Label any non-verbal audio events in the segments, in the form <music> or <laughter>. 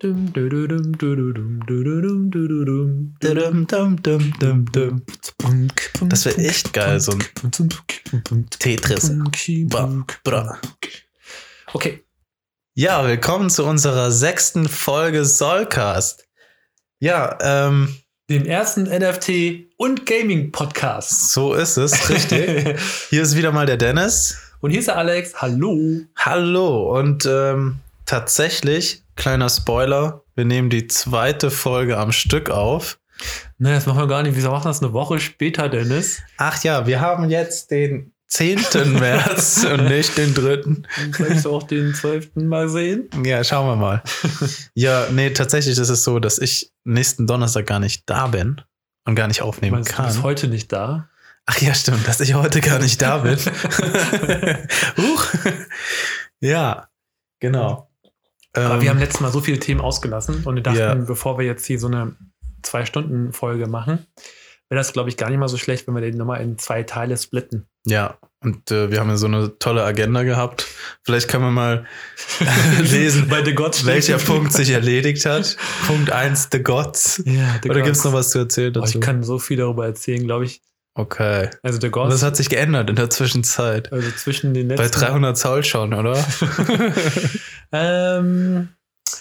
Dum, dum, dum, dum, dum, dum, dum, dum, dum, dum, dum, dum, dum. Das wäre echt geil, so ein Tetris. Bra, bra. Okay, Ja, willkommen zu unserer sechsten Folge Solcast. Ja, ähm, den ersten NFT- und Gaming-Podcast. so ist es, richtig. <laughs> <laughs> Hier ist wieder mal der Dennis. und hier ist der Alex. Hallo. Hallo und ähm, tatsächlich, kleiner Spoiler, wir nehmen die zweite Folge am Stück auf. Ne, das machen wir gar nicht. Wieso machen wir das eine Woche später, Dennis? Ach ja, wir haben jetzt den <laughs> 10. März und nicht den 3. Und Vielleicht auch den 12. Mal sehen. Ja, schauen <laughs> wir mal. ja, nee, tatsächlich ist es so, dass ich nächsten Donnerstag gar nicht da bin und gar nicht Ich aufnehmen meine, du bist kann. heute nicht da. Ach ja, stimmt, dass ich heute gar nicht <laughs> da bin. Huch. Ja, genau. Aber Ähm, wir haben letztes Mal so viele Themen ausgelassen und wir dachten, Ja. bevor wir jetzt hier so eine Zwei-Stunden-Folge machen, wäre das, glaube ich, gar nicht mal so schlecht, wenn wir den nochmal in zwei Teile splitten. ja, und äh, wir haben ja so eine tolle Agenda gehabt. Vielleicht können wir mal <laughs> <laughs> lesen, bei The Gods. welcher steht- Punkt sich erledigt hat. Punkt 1, The Gods. Ja, The Oder gibt Gods. es noch was zu erzählen Oh, dazu? ich kann so viel darüber erzählen, glaube ich. okay. Also The Gods, Was hat sich geändert in der Zwischenzeit? also zwischen den Bei letzten 300 Zoll schon, <laughs> oder? Ähm,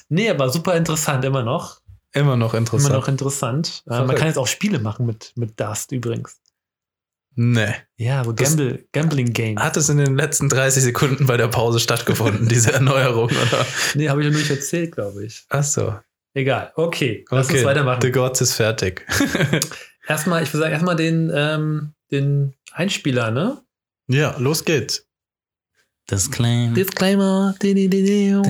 nee, aber super interessant immer noch. Immer noch interessant. Immer noch interessant. Äh, man Verrückt. kann jetzt auch Spiele machen mit, mit Dust übrigens. Nee. Ja, so Das- Gamble, Gambling Game. Hat es in den letzten 30 Sekunden bei der Pause <laughs> stattgefunden, diese Erneuerung, oder? Nee, habe ich ja nur nicht erzählt, glaube ich. Ach so. Egal. Okay, lass uns weitermachen. The Gods ist fertig. Erstmal, ich würde sagen, erstmal den, ähm, den Einspieler, ne? Ja, los geht's. Disclaim. Disclaimer. Di, di, di, di.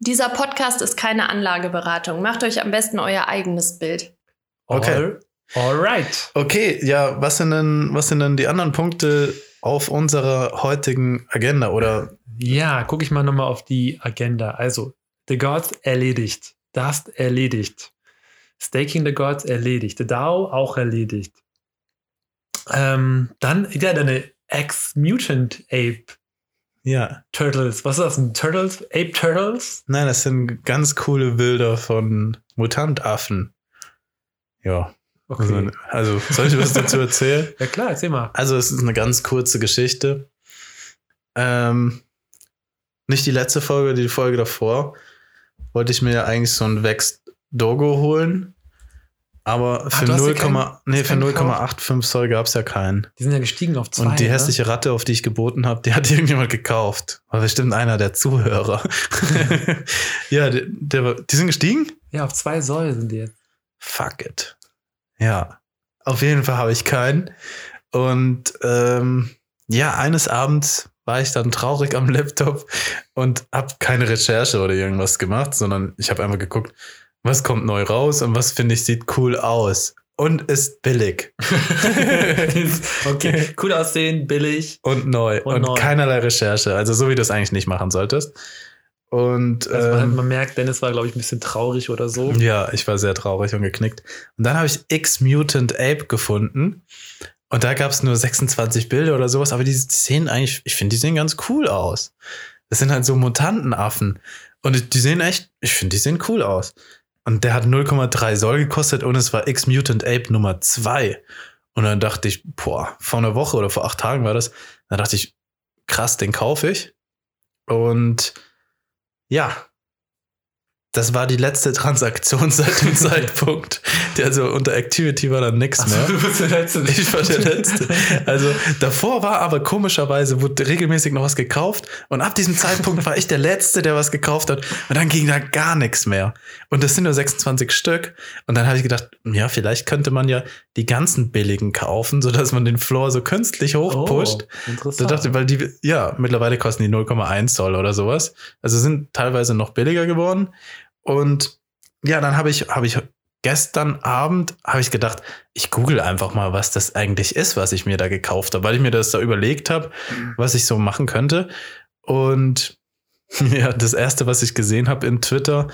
Dieser Podcast ist keine Anlageberatung. Macht euch am besten euer eigenes Bild. Okay. All, alright. Okay, ja, was sind denn, was sind denn die anderen Punkte auf unserer heutigen Agenda? Oder Ja, gucke ich mal nochmal auf die Agenda. Also, The Gods erledigt. Dust erledigt. Staking the Gods erledigt. The DAO auch erledigt. Ähm, dann, ja, deine Ex-Mutant Ape ja, Turtles. Was ist das denn? Turtles? Ape Turtles? nein, das sind ganz coole Bilder von Mutantaffen. Ja. Also, also soll ich was <laughs> dazu erzählen? Ja, klar, erzähl mal. Also, es ist eine ganz kurze Geschichte. Ähm, nicht die letzte Folge, die Folge davor. Wollte ich mir ja eigentlich so ein Vex Dogo holen. Aber Ah, für du hast ja keinen- 0,8 nee, für keinen 0,85 Zoll gab es ja keinen. Die sind ja gestiegen auf zwei. Und die ne? hässliche Ratte, auf die ich geboten habe, die hat <laughs> irgendjemand gekauft. War bestimmt einer <laughs> der Zuhörer. ja, der, der, war- die sind gestiegen? Ja, auf zwei Säulen sind die jetzt. Fuck it. Ja, auf jeden Fall habe ich keinen. Und ähm, ja, eines Abends war ich dann traurig am Laptop und habe keine Recherche oder irgendwas gemacht, sondern ich habe einfach geguckt, was kommt neu raus und was finde ich sieht cool aus und <laughs> ist billig okay, cool aussehen, billig. und neu Und und, neu. keinerlei Recherche. Also so wie du es eigentlich nicht machen solltest. Und Also man, ähm, man merkt, Dennis war, glaube ich, ein bisschen traurig oder so. Ja, ich war sehr traurig und geknickt. Und dann habe ich X-Mutant Ape gefunden. Und da gab es nur 26 Bilder oder sowas, aber die sehen eigentlich, ich finde, die sehen ganz cool aus. Das sind halt so Mutantenaffen. Und die- die sehen echt, ich finde, die sehen cool aus. Und der hat 0,3 Soll gekostet und es war X-Mutant Ape Nummer 2. Und dann dachte ich, boah, vor einer Woche oder vor acht Tagen war das. Da dachte ich, krass, den kaufe ich. Und ja, das war die letzte Transaktion <laughs> seit dem Zeitpunkt. Der- Also unter Activity war dann nichts mehr. du bist der Letzte. Ich war der Letzte. Also davor war aber komischerweise, wurde regelmäßig noch was gekauft und ab diesem Zeitpunkt war ich der Letzte, der was gekauft hat und dann ging da gar nichts mehr. Und das sind nur 26 Stück und dann habe ich gedacht, ja, vielleicht könnte man ja die ganzen billigen kaufen, sodass man den Floor so künstlich hochpusht. Oh, Da interessant. dachte, weil die, ja, mittlerweile kosten die 0,1 Zoll oder sowas. Also sind teilweise noch billiger geworden. Und ja, dann habe ich, habe ich gestern Abend, habe ich gedacht, ich google einfach mal, was das eigentlich ist, was ich mir da gekauft habe, weil ich mir das da überlegt habe, was ich so machen könnte. Und <laughs> ja, das erste, was ich gesehen habe in Twitter,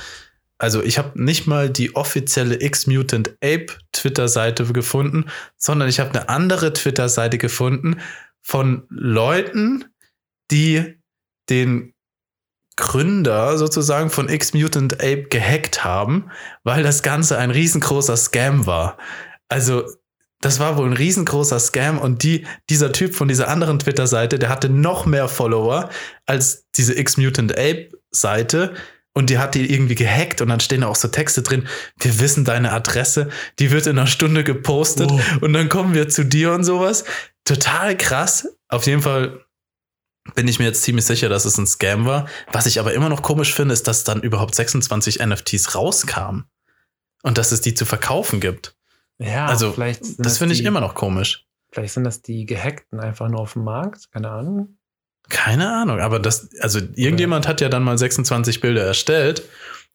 also ich habe nicht mal die offizielle X-Mutant Ape Twitter-Seite gefunden, sondern ich habe eine andere Twitter-Seite gefunden von Leuten, die den Gründer sozusagen von X-Mutant Ape gehackt haben, weil das Ganze ein riesengroßer Scam war. Also, das war wohl ein riesengroßer Scam und die, dieser Typ von dieser anderen Twitter-Seite, der hatte noch mehr Follower als diese X-Mutant Ape-Seite und die hat die irgendwie gehackt und dann stehen da auch so Texte drin, wir wissen deine Adresse, die wird in einer Stunde gepostet Oh. und dann kommen wir zu dir und sowas. Total krass. Auf jeden Fall bin ich mir jetzt ziemlich sicher, dass es ein Scam war. Was ich aber immer noch komisch finde, ist, dass dann überhaupt 26 NFTs rauskamen und dass es die zu verkaufen gibt. Ja, Also, vielleicht sind Das finde ich die- immer noch komisch. Vielleicht sind das die Gehackten einfach nur auf dem Markt, keine Ahnung. Keine Ahnung, aber das, also irgendjemand hat ja dann mal 26 Bilder erstellt.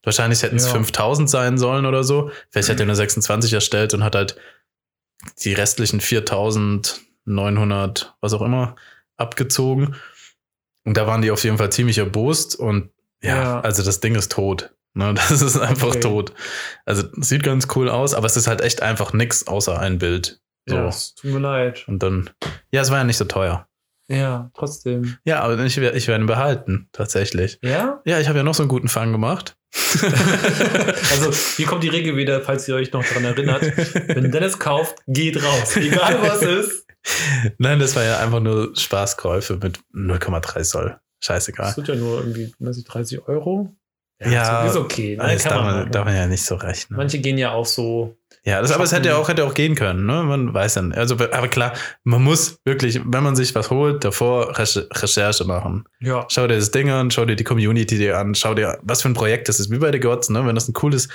Wahrscheinlich hätten es Ja. 5000 sein sollen oder so. Vielleicht hat er nur 26 erstellt und hat halt die restlichen 4900, was auch immer, abgezogen. Und da waren die auf jeden Fall ziemlich erbost und ja, Ja. also das Ding ist tot. Ne, <laughs> das ist einfach Okay. tot. Also sieht ganz cool aus, aber es ist halt echt einfach nix außer ein Bild. So. Ja, es tut mir leid. Und dann, ja, es war ja nicht so teuer. Ja, trotzdem. Ja, aber ich, wer- ich werde ihn behalten, tatsächlich. Ja? Ja, ich habe ja noch so einen guten Fang gemacht. Also, hier kommt die Regel wieder, falls ihr euch noch daran <laughs> erinnert. Wenn Dennis kauft, geht raus. Egal was ist. Nein, das war ja einfach nur Spaßkäufe mit 0,3 Soll. Scheißegal. Das sind ja nur irgendwie 90, 30 Euro. Ja, ist okay. Ne? Das Kann darf man man, machen. darf man ja nicht so rechnen. Manche gehen ja auch so. Ja, das, aber es Shoppen. hätte ja auch, hätte auch gehen können, ne? Man weiß dann. Also, aber klar, man muss wirklich, wenn man sich was holt, davor Reche- Recherche machen. Ja. Schau dir das Ding an, schau dir die Community dir an, schau dir, was für ein Projekt das ist, wie bei The Gods, ne? Wenn das ein cooles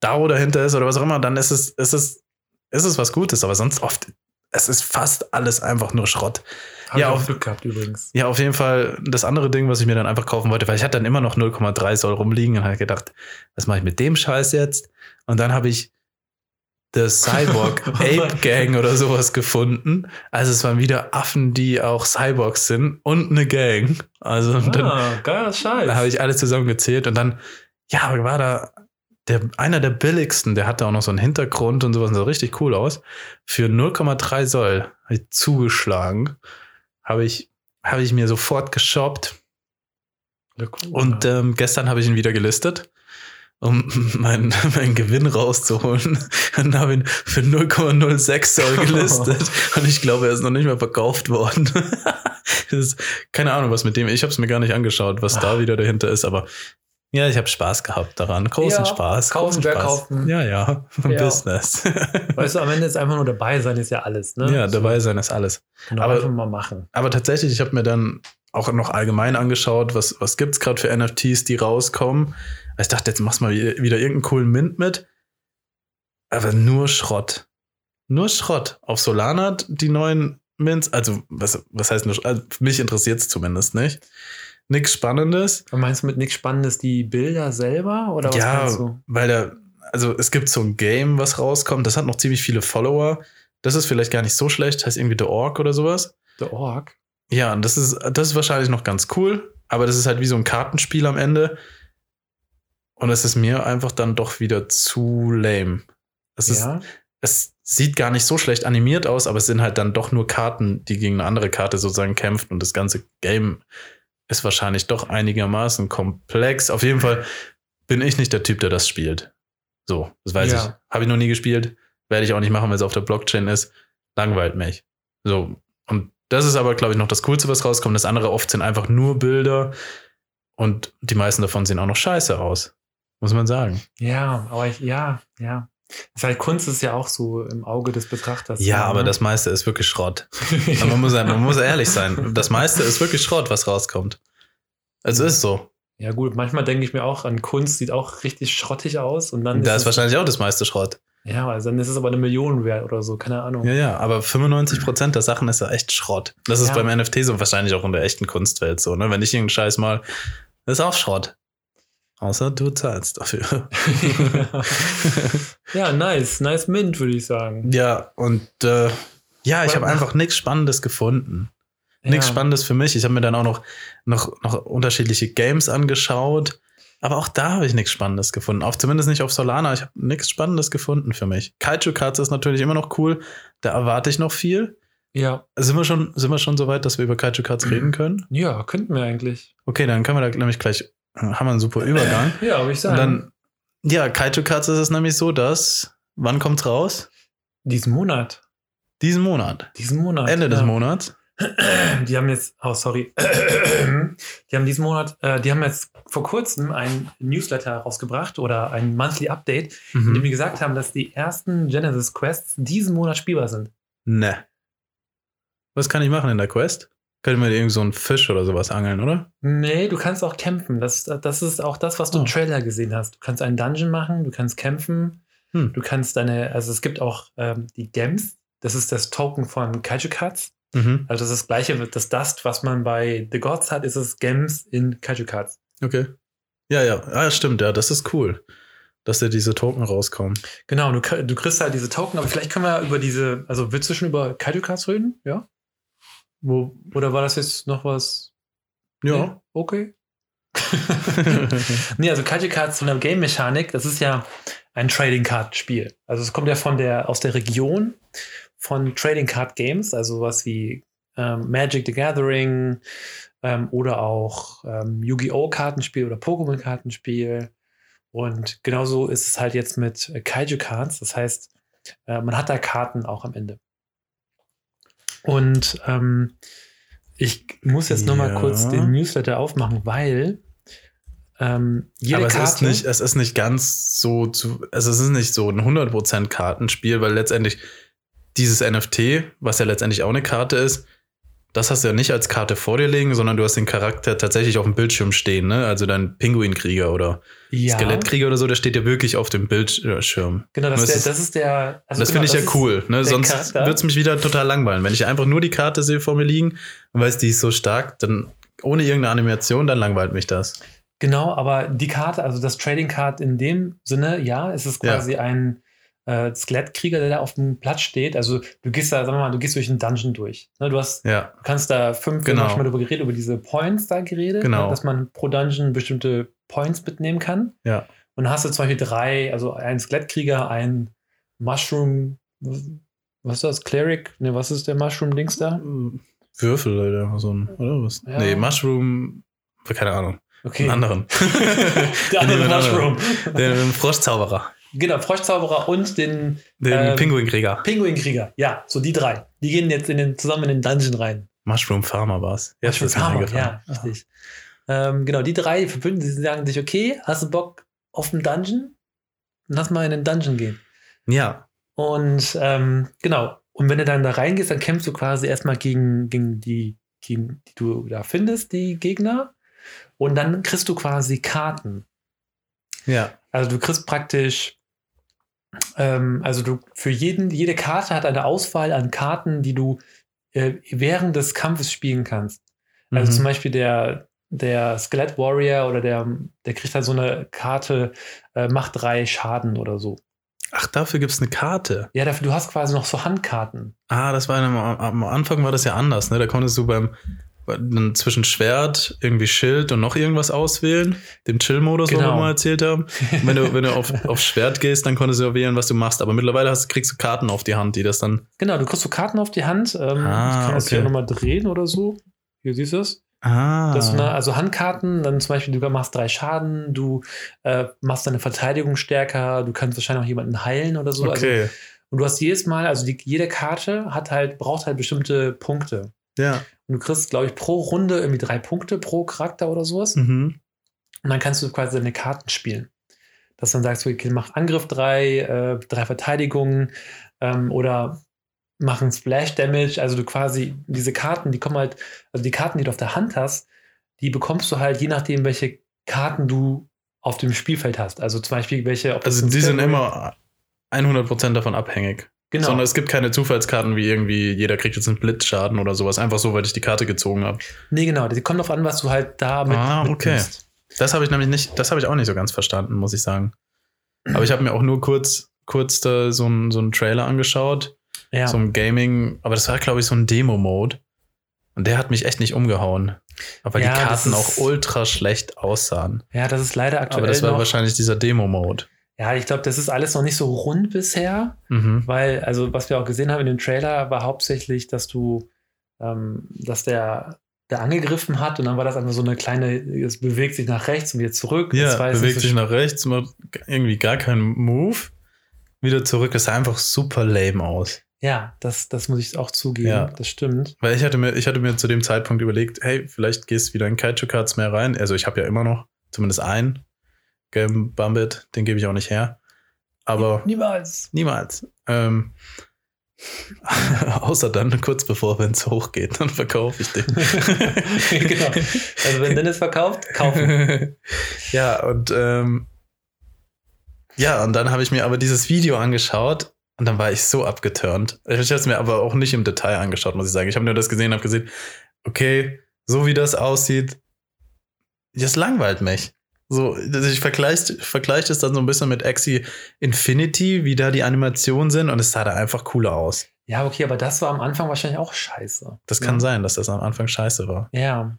DAO dahinter ist oder was auch immer, dann ist es, ist es, ist es was Gutes, aber sonst oft, es ist fast alles einfach nur Schrott. Hab Ja, ich auf- auch Glück gehabt übrigens. Ja, auf jeden Fall das andere Ding, was ich mir dann einfach kaufen wollte, weil ich hatte dann immer noch 0,3 Soll rumliegen und habe gedacht, was mache ich mit dem Scheiß jetzt? Und dann habe ich das Cyborg Ape Gang oder sowas gefunden. Also es waren wieder Affen, die auch Cyborgs sind und eine Gang. Also und dann, ah, geiler Scheiß. dann habe ich alle zusammengezählt und dann, ja, aber war da der, einer der billigsten, der hatte auch noch so einen Hintergrund und sowas und sah richtig cool aus. Für 0,3 Soll habe ich zugeschlagen, habe ich, habe ich mir sofort geshoppt. Glück. Und ähm, gestern habe ich ihn wieder gelistet, um <laughs> meinen meinen Gewinn rauszuholen. Und habe ihn für <laughs> 0,06 Soll gelistet. Und ich glaube, er ist noch nicht mal verkauft worden. <laughs> das ist, keine Ahnung, was mit dem. Ich habe es mir gar nicht angeschaut, was da wieder dahinter ist. Aber ja, ich habe Spaß gehabt daran. Großen Ja, Spaß. kaufen, großen verkaufen. Ja, ja. <laughs> Ja. Business. äh, weißt du, am Ende ist einfach nur dabei sein, ist ja alles, ne? ja, dabei sein ist alles. Genau, aber- einfach mal machen. Aber tatsächlich, ich habe mir dann auch noch allgemein angeschaut, was, was gibt's gerade für NFTs, die rauskommen. Weil Ich dachte, jetzt machst du mal wieder wieder irgendeinen coolen Mint mit. Aber nur Schrott. Nur Schrott. Auf Solana die neuen Mints. Also, was, was heißt nur Schrott? Also, mich interessiert's zumindest nicht. Nichts Spannendes. Und meinst du mit nichts Spannendes die Bilder selber? Oder was Ja. meinst du? weil da, also es gibt so ein Game, was rauskommt, das hat noch ziemlich viele Follower. Das ist vielleicht gar nicht so schlecht, heißt irgendwie The Orc oder sowas. The Org? Ja, und das ist, das ist wahrscheinlich noch ganz cool, aber das ist halt wie so ein Kartenspiel am Ende. Und es ist mir einfach dann doch wieder zu lame. Es, ist, ja. es sieht gar nicht so schlecht animiert aus, aber es sind halt dann doch nur Karten, die gegen eine andere Karte sozusagen kämpft und das ganze Game ist wahrscheinlich doch einigermaßen komplex. Auf jeden Fall bin ich nicht der Typ, der das spielt. So, das weiß Ja. ich. Habe ich noch nie gespielt, werde ich auch nicht machen, wenn es auf der Blockchain ist. Langweilt mich. So, und das ist aber, glaube ich, noch das Coolste, was rauskommt. Das andere oft sind einfach nur Bilder und die meisten davon sehen auch noch scheiße aus. Muss man sagen. Ja, aber ich, ja, ja. Ist halt Kunst ist ja auch so im Auge des Betrachters. Ja, aber ne? das meiste ist wirklich Schrott. <laughs> Aber man muss, man muss ehrlich sein. Das meiste ist wirklich Schrott, was rauskommt. Also ist so. ja, gut, manchmal denke ich mir auch an Kunst, sieht auch richtig schrottig aus und dann Da ist ist wahrscheinlich auch das meiste Schrott. es, Ja, also dann ist es aber eine Million wert oder so, keine Ahnung. Ja, ja, aber 95% der Sachen ist ja echt Schrott. Das ist Ja. beim NFT so, wahrscheinlich auch in der echten Kunstwelt so, ne? Wenn ich irgendeinen Scheiß mal, das ist auch Schrott. Außer du zahlst dafür. ja, nice, nice Mint, würde ich sagen. ja, und äh, ja, ich habe einfach nichts Spannendes gefunden. nichts ja. Spannendes für mich. Ich habe mir dann auch noch, noch, noch unterschiedliche Games angeschaut. Aber auch da habe ich nichts Spannendes gefunden. Auch zumindest nicht auf Solana. Ich habe nichts Spannendes gefunden für mich. Kaiju Cards ist natürlich immer noch cool. Da erwarte ich noch viel. Ja, Sind wir schon, sind wir schon so weit, dass wir über Kaiju Cards reden können? ja, könnten wir eigentlich. Okay, dann können wir da nämlich gleich äh, haben wir einen super Übergang. Ja, würde ich sagen. Und dann, ja, Kaiju Katz ist es nämlich so, dass, wann kommt's raus? diesen Monat. Diesen Monat. Diesen Monat. Ende des ja. Monats. <clears throat> Die haben jetzt, oh sorry, <clears throat> die haben diesen Monat, äh, die haben jetzt vor kurzem ein Newsletter rausgebracht oder ein Monthly Update, Mhm. in dem die gesagt haben, dass die ersten Genesis Quests diesen Monat spielbar sind. Ne. Was kann ich machen in der Quest? Kann ich mir irgend so einen Fisch oder sowas angeln, oder? Nee, du kannst auch campen. Das, das ist auch das, was du im Oh. Trailer gesehen hast. Du kannst einen Dungeon machen, du kannst kämpfen, Hm. du kannst deine, also es gibt auch ähm, die Gems. Das ist das Token von Kaiju Cards. Mhm. Also das ist das gleiche, das Dust, was man bei The Gods hat, ist es Gems in Kaiju Cards. Okay. Ja, ja. Ah, stimmt, ja, das ist cool. Dass dir diese Token rauskommen. Genau, du, k- du kriegst halt diese Token, aber vielleicht können wir über diese, also willst du schon über Kaidokas reden? Ja? Wo, oder war das jetzt noch was? Nee? Ja. <laughs> Okay. <laughs> nee, also Kaiju Cards von der Game-Mechanik, das ist ja ein Trading Card-Spiel. Also es kommt ja von der, aus der Region von Trading Card Games, also was wie ähm, Magic the Gathering ähm, oder auch ähm, Yu-Gi-Oh! Kartenspiel oder Pokémon-Kartenspiel. Und genauso ist es halt jetzt mit äh, Kaiju Cards. Das heißt, äh, man hat da Karten auch am Ende. Und ähm, ich muss jetzt noch mal Ja. kurz den Newsletter aufmachen, weil ähm, jede Aber es Karte ist, nicht, äh, es ist nicht ganz so zu, also es ist nicht so ein 100% Kartenspiel, weil letztendlich dieses NFT, was ja letztendlich auch eine Karte ist, das hast du ja nicht als Karte vor dir liegen, sondern du hast den Charakter tatsächlich auf dem Bildschirm stehen, ne? Also dein Pinguinkrieger oder ja, Skelettkrieger oder so, der steht ja wirklich auf dem Bildschirm. Genau, das, Das ist der, ist- das ist der. also das genau, finde ich ja ist- cool, ne? Sonst Charakter. würde es mich wieder total langweilen. Wenn ich einfach nur die Karte sehe vor mir liegen und weiß, die ist so stark, dann ohne irgendeine Animation, dann langweilt mich das. Genau, aber die Karte, also das Trading Card in dem Sinne, ja, es ist Ja. quasi ein äh, Skelettkrieger, der da auf dem Platz steht. Also du gehst da, sagen wir mal, du gehst durch einen Dungeon durch. Ne, du hast, Ja, du kannst da fünf, Genau. wir haben schon mal darüber geredet, über diese Points da geredet, Genau. ne, dass man pro Dungeon bestimmte Points mitnehmen kann. Ja. Und dann hast du zum Beispiel drei, also einen Skelettkrieger, einen Mushroom, was ist das, Cleric? Ne, was ist der Mushroom-Dings da? Würfel, Leute, so ein, oder was? Ja. Nee, Mushroom, keine Ahnung, Okay. einen anderen. <laughs> <laughs> Der andere Den anderen. Mushroom. Den Froschzauberer, Genau, Froschzauberer und den den Ähm, Pinguinkrieger. Pinguinkrieger, ja, so die drei. Die gehen jetzt in den, zusammen in den Dungeon rein. Mushroom Farmer war's. Jetzt ist mir Hammer, eingefallen. ja, richtig. Ähm, genau, die drei verbünden sich, sie sagen sich, okay, hast du Bock auf einen Dungeon? Dann Lass mal in den Dungeon gehen. Ja, Und ähm, genau, und wenn du dann da reingehst, dann kämpfst du quasi erstmal gegen, gegen die, gegen, die du da findest, die Gegner. Und dann kriegst du quasi Karten. ja. Also du kriegst praktisch, ähm, also du für jeden, jede Karte hat eine Auswahl an Karten, die du äh, während des Kampfes spielen kannst. Also Mhm. zum Beispiel der, der Skelett Warrior oder der, der kriegt halt so eine Karte, äh, macht drei Schaden oder so. Ach, dafür gibt's eine Karte. Ja, dafür, du hast quasi noch so Handkarten. Ah, das war am, am Anfang war das ja anders, ne? Da konntest du beim dann zwischen Schwert, irgendwie Schild und noch irgendwas auswählen, dem Chill-Modus, wo Genau. wir mal erzählt <laughs> haben. Und Wenn du, wenn du auf, auf Schwert gehst, dann konntest du wählen, was du machst. Aber mittlerweile hast, kriegst du Karten auf die Hand, die das dann. Genau, du kriegst so Karten auf die Hand. Ähm, Ah, ich kann das okay. hier nochmal drehen oder so. Hier siehst du es. Ah. Das, ne, also Handkarten, dann zum Beispiel, du machst drei Schaden, du äh, machst deine Verteidigung stärker, du kannst wahrscheinlich auch jemanden heilen oder so. Also, okay. und du hast jedes Mal, also die, jede Karte hat halt, braucht halt bestimmte Punkte. Ja. Und du kriegst, glaube ich, pro Runde irgendwie drei Punkte pro Charakter oder sowas. Mhm. Und dann kannst du quasi deine Karten spielen. Dass du dann sagst, okay, mach Angriff drei, äh, drei Verteidigungen ähm, oder mach einen Splash Damage. Also du quasi diese Karten, die kommen halt, also die Karten, die du auf der Hand hast, die bekommst du halt je nachdem, welche Karten du auf dem Spielfeld hast. Also zum Beispiel welche. Ob das Also ein die sind Skelett- immer 100% davon abhängig. Genau. Sondern es gibt keine Zufallskarten, wie irgendwie jeder kriegt jetzt einen Blitzschaden oder sowas. Einfach so, weil ich die Karte gezogen habe. nee, genau. Die kommen drauf an, was du halt da mit. Ah, okay. mitnimmst. Das habe ich nämlich nicht, das habe ich auch nicht so ganz verstanden, muss ich sagen. Aber ich habe mir auch nur kurz, kurz da so einen so einen Trailer angeschaut, Ja. so ein Gaming, aber das war, glaube ich, so ein Demo-Mode. Und der hat mich echt nicht umgehauen. Aber Ja, die das Karten auch ist- ultra schlecht aussahen. ja, das ist leider aktuell. Aber das war noch. wahrscheinlich dieser Demo-Mode. Ja, ich glaube, das ist alles noch nicht so rund bisher. Mhm. Weil, also was wir auch gesehen haben in dem Trailer, war hauptsächlich, dass du, ähm, dass der da angegriffen hat und dann war das einfach so eine kleine, es bewegt sich nach rechts und wieder zurück. Ja, das war jetzt bewegt nicht so sich nach rechts, macht irgendwie gar keinen Move. Wieder zurück, das sah einfach super lame aus. sch- Ja, das, das muss ich auch zugeben. Ja. Das stimmt. Weil ich hatte mir, ich hatte mir zu dem Zeitpunkt überlegt, hey, vielleicht gehst du wieder in Kaiju Cards mehr rein. Also ich habe ja immer noch zumindest einen gelben Bumbit, den gebe ich auch nicht her. Aber <laughs> Niemals. niemals. Ähm, <laughs> außer dann kurz bevor, wenn es hochgeht, dann verkaufe ich den. genau. Also <laughs> wenn Dennis verkauft, kaufen. ja, und ähm, ja, und dann habe ich mir aber dieses Video angeschaut und dann war ich so abgeturnt. Ich habe es mir aber auch nicht im Detail angeschaut, muss ich sagen. Ich habe nur das gesehen und habe gesehen, okay, so wie das aussieht, das langweilt mich. So, dass ich vergleiche vergleich es dann so ein bisschen mit Axie Infinity, wie da die Animationen sind und es sah da einfach cooler aus. Ja, okay, aber das war am Anfang wahrscheinlich auch scheiße. Das ja. kann sein, dass das am Anfang scheiße war. Ja.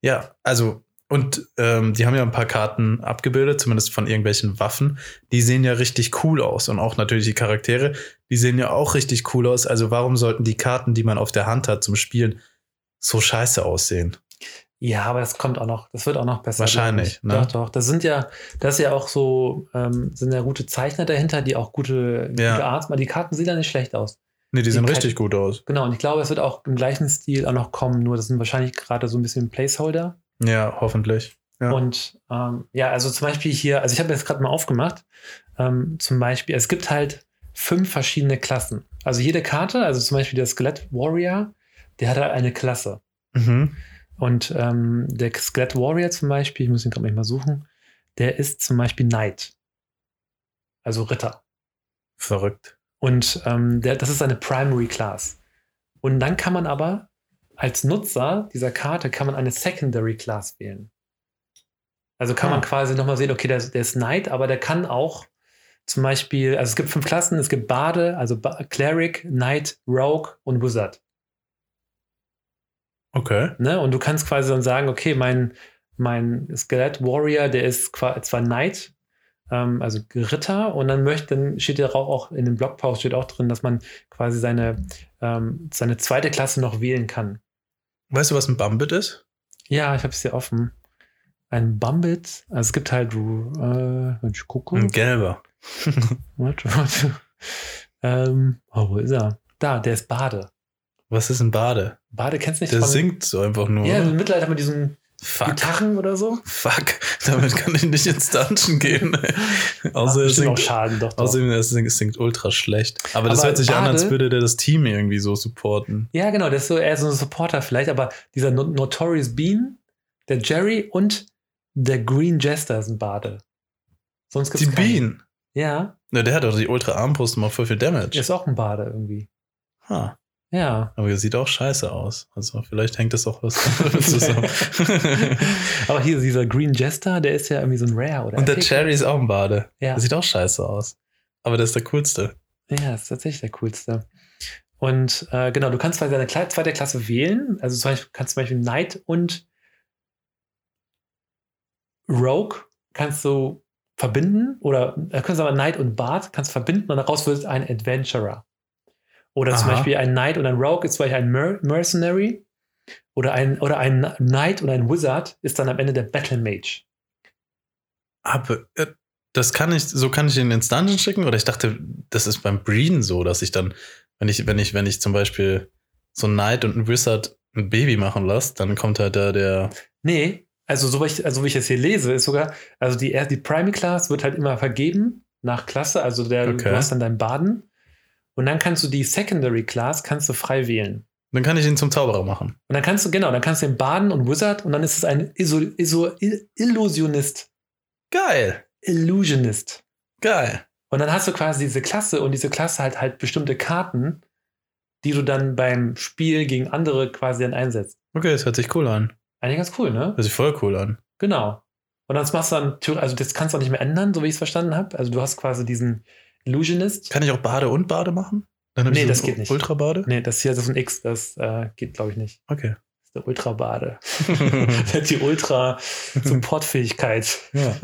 Ja, also, und ähm, die haben ja ein paar Karten abgebildet, zumindest von irgendwelchen Waffen. Die sehen ja richtig cool aus. Und auch natürlich die Charaktere, die sehen ja auch richtig cool aus. Also, warum sollten die Karten, die man auf der Hand hat zum Spielen, so scheiße aussehen? Ja, aber das kommt auch noch, das wird auch noch besser. Wahrscheinlich, glaub ich. ne? Doch, doch. Das sind ja, das ist ja auch so, ähm, sind ja gute Zeichner dahinter, die auch gute, Ja. gute Arzt machen. Die Karten sehen ja nicht schlecht aus. Nee, Ne, die, Die sehen Kat- richtig gut aus. Genau, und ich glaube, es wird auch im gleichen Stil auch noch kommen, nur das sind wahrscheinlich gerade so ein bisschen Placeholder. Ja, hoffentlich. Ja. Und ähm, ja, also zum Beispiel hier, also ich habe jetzt gerade mal aufgemacht, ähm, zum Beispiel, es gibt halt fünf verschiedene Klassen. Also jede Karte, also zum Beispiel der Skelett Warrior, der hat halt eine Klasse. Mhm. Und ähm, der Skelett Warrior zum Beispiel, ich muss ihn gerade mal suchen, der ist zum Beispiel Knight. Also Ritter. Verrückt. Und ähm, der, das ist eine Primary Class. Und dann kann man aber als Nutzer dieser Karte kann man eine Secondary Class wählen. Also kann man Ah. quasi nochmal sehen, okay, der, der ist Knight, aber der kann auch zum Beispiel, also es gibt fünf Klassen, es gibt Bade, also ba Cleric, Knight, Rogue und Wizard. Okay. Ne? Und du kannst quasi dann sagen, okay, mein, mein Skelett Warrior, der ist qua- zwar Knight, ähm, also Ritter, und dann möchte, dann steht ja auch auch in dem Blogpost steht auch drin, dass man quasi seine, ähm, seine zweite Klasse noch wählen kann. Weißt du, was ein Bumbit ist? Ja, ich habe es hier offen. Ein Bumbit, also es gibt halt, äh, wenn ich gucke, Ein gelber. warte, warte. Ähm, oh, wo ist er? Da, der ist Bade. Was ist ein Bade? Bade kennst du nicht Der von- singt so einfach nur. Ja, oder? im Mittelalter mit diesen Fuck. Gitarren oder so. Fuck. <laughs> Damit kann ich nicht ins Dungeon gehen. <laughs> Außer Also er Bestimmt singt also auch Schaden, doch. doch. Außerdem es singt, es singt ultra schlecht. Aber das Oh. Aber hört sich an, als Bade- würde der das Team irgendwie so supporten. Ja, genau, der ist so eher so ein Supporter vielleicht, aber dieser no Notorious Bean, der Jerry und der Green Jester sind Bade. Sonst gibt's die keinen. Bean. Ja, Na, der hat doch die ultra Armbrust und macht voll viel Damage. ist auch ein Bade irgendwie. Ha. Ja. <laughs> Aber er sieht auch scheiße aus. Also vielleicht hängt das auch was <laughs> <laughs> damit zusammen. aber hier dieser Green Jester, der ist ja irgendwie so ein Rare oder und der Epic. Cherry ist auch ein Bade. Ja. Der sieht auch scheiße aus. Aber der ist der coolste. Ja, ist tatsächlich der coolste. Und äh, genau, du kannst quasi deine Kle- zweite Klasse wählen. Also zum Beispiel kannst du zum Beispiel Knight und Rogue kannst du verbinden oder äh, kannst du aber Knight und Bard kannst verbinden und daraus wird ein Adventurer. Oder zum Aha. Beispiel ein Knight und ein Rogue ist zum Beispiel ein Mer Mercenary. Oder ein, oder ein Knight und ein Wizard ist dann am Ende der Battle Mage. Aber äh, das kann ich, so kann ich ihn ins Dungeon schicken? Oder ich dachte, das ist beim Breeden so, dass ich dann, wenn ich, wenn ich, wenn ich zum Beispiel so einen Knight und einen Wizard ein Baby machen lasse, dann kommt halt da der Nee, also so wie ich, also wie ich jetzt hier lese, ist sogar, also die, erst- die Primary Class wird halt immer vergeben nach Klasse, also der, Okay. du hast dann deinen Baden. Und dann kannst du die Secondary Class kannst du frei wählen. Dann kann ich ihn zum Zauberer machen. Und dann kannst du, genau, dann kannst du den Baden und Wizard und dann ist es ein Iso, Iso, I- Illusionist. Geil, Illusionist. geil. Und dann hast du quasi diese Klasse und diese Klasse hat halt bestimmte Karten, die du dann beim Spiel gegen andere quasi dann einsetzt. Okay, das hört sich cool an. Eigentlich ganz cool, ne? Hört sich voll cool an. Genau. Und das machst du dann, theor- also das kannst du auch nicht mehr ändern, so wie ich es verstanden habe. Also du hast quasi diesen Illusionist. Kann ich auch Bade und Bade machen? Dann hab Nee, ich das so geht nicht. Ultrabade? Nee, das hier das ist ein X, das äh, geht, glaube ich, nicht. Okay. Das ist der Ultrabade. das hat die <laughs> Ultra-Supportfähigkeit. <laughs> ja,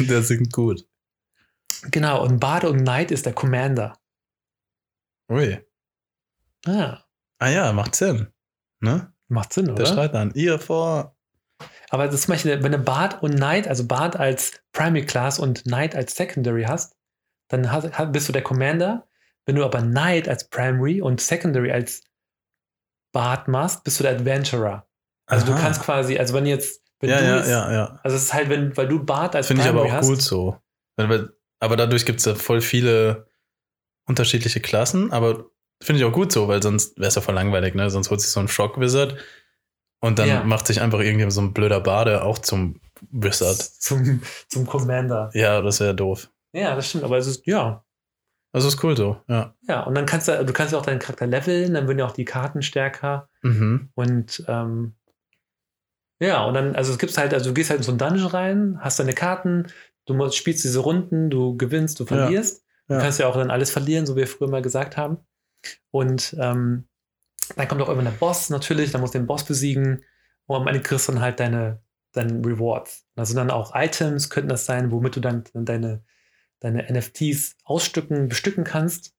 der singt gut. genau, und Bade und Knight ist der Commander. Ui. Ah, Ah ja, macht Sinn. Ne? Macht Sinn, Der oder? schreit dann, ihr vor. Aber das ist zum Beispiel, wenn du Bard und Knight, also Bard als Primary Class und Knight als Secondary hast, dann hast, hast- bist du der Commander. Wenn du aber Knight als Primary und Secondary als Bard machst, bist du der Adventurer. Also du Aha. kannst quasi, also wenn jetzt, wenn ja, du ja, es- ja, ja. also es ist halt, wenn, weil du Bard als Finde ich aber Primary auch hast, gut so. Wenn wir- Aber dadurch gibt es ja voll viele unterschiedliche Klassen, aber finde ich auch gut so, weil sonst wäre es ja voll langweilig, ne? Sonst holt sich so ein Shock Wizard und dann Ja. macht sich einfach irgendjemand so ein blöder Bade auch zum Wizard. Zum, zum Commander. Ja, das wäre doof. Ja, das stimmt, aber es ist, ja, Also ist cool so, ja. Ja, und dann kannst du, du kannst ja auch deinen Charakter leveln, dann werden ja auch die Karten stärker Mhm. und ähm, ja, und dann, also es gibt halt, also du gehst halt in so einen Dungeon rein, hast deine Karten, du musst, spielst diese Runden, du gewinnst, du verlierst. Ja. Du kannst ja auch dann alles verlieren, so wie wir früher mal gesagt haben. Und ähm, dann kommt auch irgendwann der Boss natürlich, dann musst du den Boss besiegen und am Ende kriegst du dann halt deine, deine Rewards. Das sind dann auch Items, könnten das sein, womit du dann, dann deine, deine NFTs ausstücken, bestücken kannst.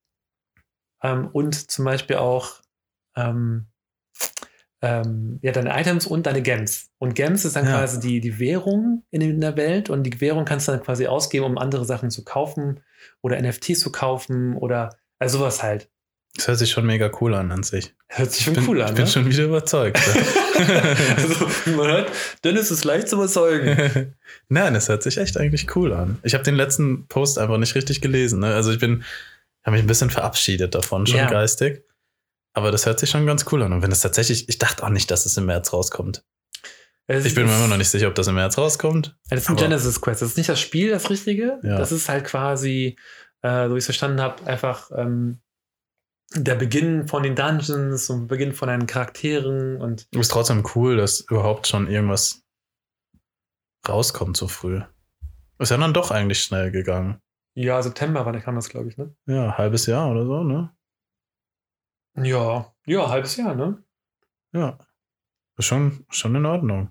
Ähm, und zum Beispiel auch ähm, ähm, ja, deine Items und deine Gems. Und Gems ist dann Ja. quasi die, die Währung in, in der Welt und die Währung kannst du dann quasi ausgeben, um andere Sachen zu kaufen oder NFTs zu kaufen oder also sowas halt. Das hört sich schon mega cool an an sich. Hört sich Ich schon bin, cool an. ich bin ne? schon wieder überzeugt. <laughs> also, wie man hört, Dennis ist leicht zu <laughs> überzeugen. Nein, es hört sich echt eigentlich cool an. Ich habe den letzten Post einfach nicht richtig gelesen. Ne? Also ich bin, habe mich ein bisschen verabschiedet davon, schon Ja. geistig. Aber das hört sich schon ganz cool an. Und wenn es tatsächlich, ich dachte auch nicht, dass es im März rauskommt. Es Ich bin mir ist- immer noch nicht sicher, ob das im März rauskommt. Das ist ein aber- Genesis Quest. Das ist nicht das Spiel, das Richtige. Ja. Das ist halt quasi, äh, so wie ich es verstanden habe, einfach ähm, der Beginn von den Dungeons und Beginn von deinen Charakteren und Ist trotzdem cool, dass überhaupt schon irgendwas rauskommt so früh. Ist ja dann doch eigentlich schnell gegangen. ja, September war, da kam das, glaube ich, ne? Ja, halbes Jahr oder so, ne? Ja, ja, halbes Jahr, ne? Ja. Ist schon, schon in Ordnung.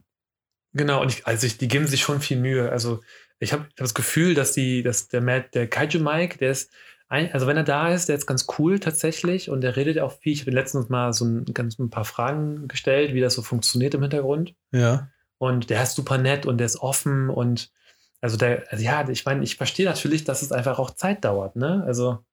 Genau, und ich, also ich, die geben sich schon viel Mühe. Also ich habe hab das Gefühl, dass die, dass der Matt, der Kaiju Mike, der ist, ein, also wenn er da ist, der ist ganz cool tatsächlich und der redet auch viel. Ich habe letztens mal so ein, ganz ein paar Fragen gestellt, wie das so funktioniert im Hintergrund. Ja. Und der ist super nett und der ist offen und also der, also ja, ich meine, ich verstehe natürlich, dass es einfach auch Zeit dauert, ne? Also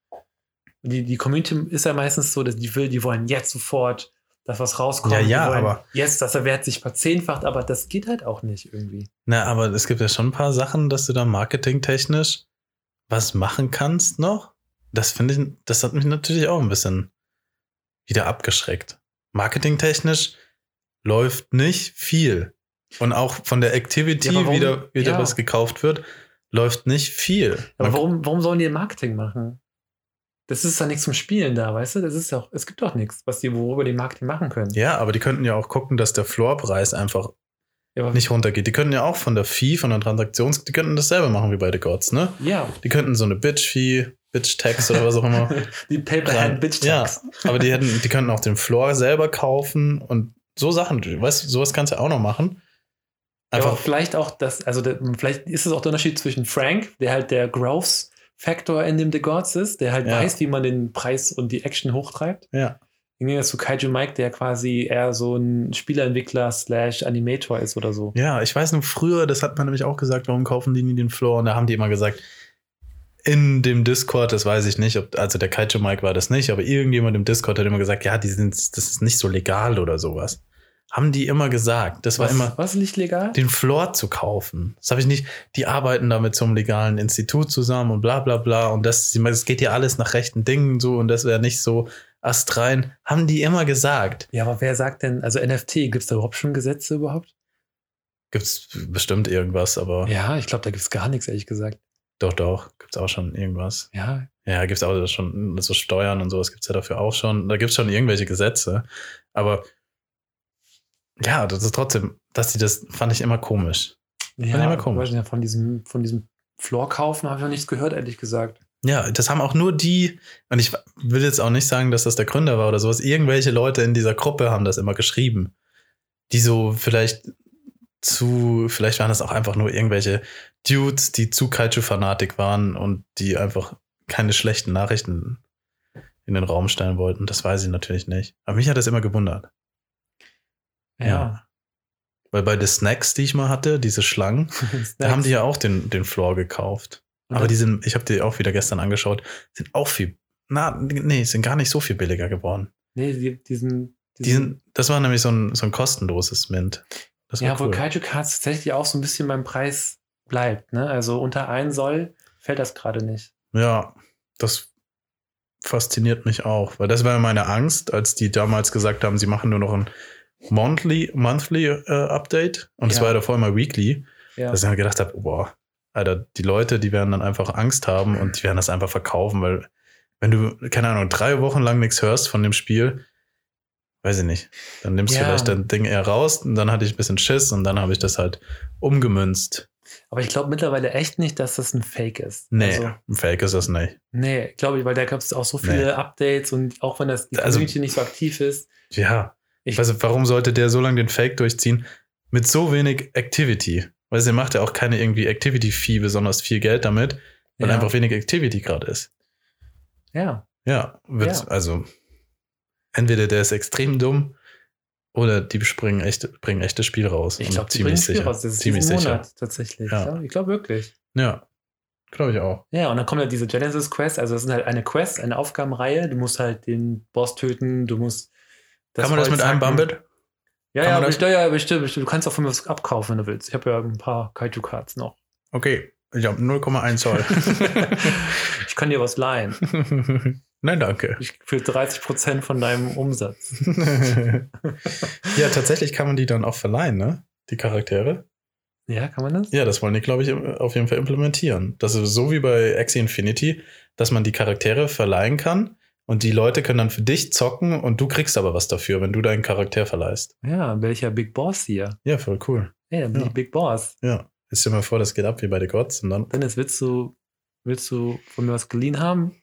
die, die Community ist ja meistens so, dass die will, die wollen jetzt sofort, dass was rauskommt. Ja, ja, die wollen aber- Jetzt, dass der Wert sich verzehnfacht, aber das geht halt auch nicht irgendwie. Na, aber es gibt ja schon ein paar Sachen, dass du da marketingtechnisch was machen kannst noch. Das finde ich, das hat mich natürlich auch ein bisschen wieder abgeschreckt. Marketingtechnisch läuft nicht viel. Und auch von der Activity Ja, aber warum- wieder, wieder ja. was gekauft wird, läuft nicht viel. Aber Man- warum, warum sollen die Marketing machen? Das ist ja nichts zum Spielen da, weißt du? Das ist ja auch, es gibt doch nichts, was die, worüber die Marketing machen können. Ja, aber die könnten ja auch gucken, dass der Floorpreis einfach Ja, aber- nicht runtergeht. Die könnten ja auch von der Fee, von der Transaktions, die könnten dasselbe machen wie bei The Gods, ne? ja. Die könnten so eine Bitch-Fee, Bitch-Tax oder was <laughs> auch immer. die Paper Rein- Hand Bitch Äh, Ja, Tax. aber die, hätten, die könnten auch den Floor selber kaufen und so Sachen. Du Weißt, sowas kannst du auch noch machen. Ja, aber Einfach, vielleicht auch das, also der, vielleicht ist es auch der Unterschied zwischen Frank, der halt der Growth Factor in dem The Gods ist, der halt Ja. weiß, wie man den Preis und die Action hochtreibt. Ja. Im Gegensatz zu Kaiju Mike, der quasi eher so ein Spieleentwickler slash Animator ist oder so. ja, ich weiß nur früher, das hat man nämlich auch gesagt, warum kaufen die nie den Floor? Und da haben die immer gesagt, in dem Discord, das weiß ich nicht, ob, also der Kaiju Mike war das nicht, aber irgendjemand im Discord hat immer gesagt, ja, die sind, das ist nicht so legal oder sowas. Haben die immer gesagt. Das war was, immer, was nicht legal? den Floor zu kaufen. Das habe ich nicht. Die arbeiten da mit so einem legalen Institut zusammen und bla bla bla. Und das, das geht ja alles nach rechten Dingen so und das wäre nicht so astrein. Haben die immer gesagt. Ja, aber wer sagt denn, also NFT, gibt es da überhaupt schon Gesetze überhaupt? Gibt's bestimmt irgendwas, aber Ja, ich glaube, da gibt es gar nichts, ehrlich gesagt. doch, doch, gibt's auch schon irgendwas. Ja, Ja, gibt's auch schon so Steuern und sowas gibt's ja dafür auch schon. Da gibt's schon irgendwelche Gesetze. Aber ja, das ist trotzdem, dass die das fand ich immer komisch. ich mal komisch. weiß nicht, von diesem, von diesem Floor kaufen habe ich noch nichts gehört, ehrlich gesagt. Ja, das haben auch nur die, und ich will jetzt auch nicht sagen, dass das der Gründer war oder sowas, irgendwelche Leute in dieser Gruppe haben das immer geschrieben, die so vielleicht zu, vielleicht waren das auch einfach nur irgendwelche Dudes, die zu Kaiju-Fanatik waren und die einfach keine schlechten Nachrichten in den Raum stellen wollten. Das weiß ich natürlich nicht. Aber mich hat das immer gewundert. Ja. <laughs> Weil bei den Snacks, die ich mal hatte, diese Schlangen, da haben die ja auch den, den Floor gekauft. Und Aber das- die sind, ich habe die auch wieder gestern angeschaut, sind auch viel, na, nee, sind gar nicht so viel billiger geworden. Nee, die, die sind. die Die sind, das war nämlich so ein, so ein kostenloses Mint. Das war ja, cool. obwohl Kaiju Cards tatsächlich auch so ein bisschen beim Preis bleibt. Ne? Also unter einen Soll fällt das gerade nicht. Ja, das fasziniert mich auch, weil das war ja meine Angst, als die damals gesagt haben, sie machen nur noch ein Monthly, Monthly äh, Update und das Ja. war ja davor immer Weekly, Ja. dass ich mir gedacht habe, boah, Alter, die Leute, die werden dann einfach Angst haben und die werden das einfach verkaufen, weil wenn du, keine Ahnung, drei Wochen lang nichts hörst von dem Spiel, weiß ich nicht, dann nimmst Ja. du vielleicht dein Ding eher raus und dann hatte ich ein bisschen Schiss und dann habe ich das halt umgemünzt. Aber ich glaube mittlerweile echt nicht, dass das ein Fake ist. Nee, Also, ein Fake ist das nicht. nee, glaube ich, weil da gab es auch so viele Nee. Updates und auch wenn das die Also- Community nicht so aktiv ist. Ja, Ich, Also warum sollte der so lange den Fake durchziehen mit so wenig Activity? Weil er macht ja auch keine irgendwie Activity-Fee besonders viel Geld damit, weil ja. einfach wenig Activity gerade ist. ja. Ja, wird Ja. also entweder der ist extrem dumm oder die bringen echt, bringen echtes Spiel raus. Ich Und glaube, die bringen Spiel sicher. raus. Das ist ziemlich diesen sicher. Monat tatsächlich. Ja. Ja. Ich glaube wirklich. Ja, glaube ich auch. Ja, und dann kommt ja diese Genesis Quest. Also, das sind halt eine Quest, eine Aufgabenreihe. Du musst halt den Boss töten. Du musst. Kann man das Holz mit einem hacken. Bumbit? Ja, Kann ja, man das- besti- ja, ja, bestimmt, bestimmt. Du kannst auch von mir was abkaufen, wenn du willst. Ich habe ja ein paar Kaiju-Cards <laughs> noch. Okay, ich habe 0,1 <laughs> ich kann dir was leihen. Zoll. <laughs> Nein, danke. Ich, für 30% von deinem Umsatz. ja, tatsächlich kann man die dann auch verleihen, ne? Die Charaktere. Ja, kann man das? Ja, das wollen die, glaube ich, im- auf jeden Fall implementieren. Das ist so wie bei Axie Infinity, dass man die Charaktere verleihen kann und die Leute können dann für dich zocken und du kriegst aber was dafür, wenn du deinen Charakter verleihst. Ja, dann bin ich ja Big Boss hier. Ja, voll cool. Ey, dann bin Ja. ich Big Boss. Ja. Jetzt stell dir mal vor, das geht ab wie bei The Gods und dann. Dennis, willst du, willst du von mir was geliehen haben?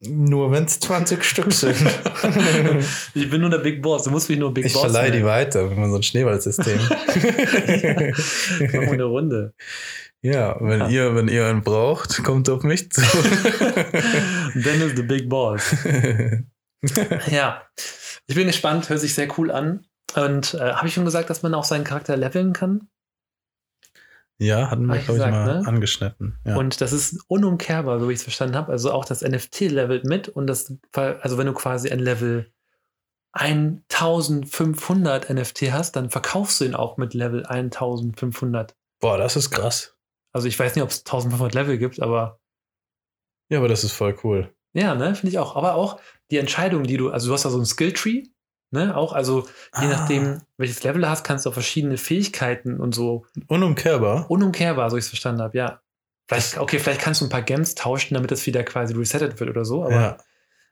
Nur wenn es 20 Stück sind. ich bin nur der Big Boss. Du musst mich nur Big <laughs> ich Boss verleihe die nennen. weiter, wenn man so <laughs> ein Schneeballsystem. Machen wir eine Runde. <laughs> ja, wenn Ja. ihr, wenn ihr einen braucht, kommt auf <laughs> mich zu. Dennis, the Big <laughs> Boss. Ja, ich bin gespannt, hört sich sehr cool an. Und äh, habe ich schon gesagt, dass man auch seinen Charakter leveln kann? ja, hatten Hab wir, ich glaube ich, gesagt, mal ne? angeschnitten. Ja. Und das ist unumkehrbar, so wie ich es verstanden habe. Also auch das NFT levelt mit und das, also wenn du quasi ein Level 1500 NFT hast, dann verkaufst du ihn auch mit Level 1500. Boah, das ist krass. Also ich weiß nicht, ob es 1500 Level gibt, aber Ja, aber das ist voll cool. ja, ne, finde ich auch. Aber auch die Entscheidung, die du, also du hast ja so ein Skilltree, ne, auch, also Ah. je nachdem, welches Level du hast, kannst du auch verschiedene Fähigkeiten und so Ah. Unumkehrbar. Unumkehrbar, so ich es verstanden habe, ja. Vielleicht, okay, vielleicht kannst du ein paar Gems tauschen, damit das wieder quasi resettet wird oder so, aber, ja.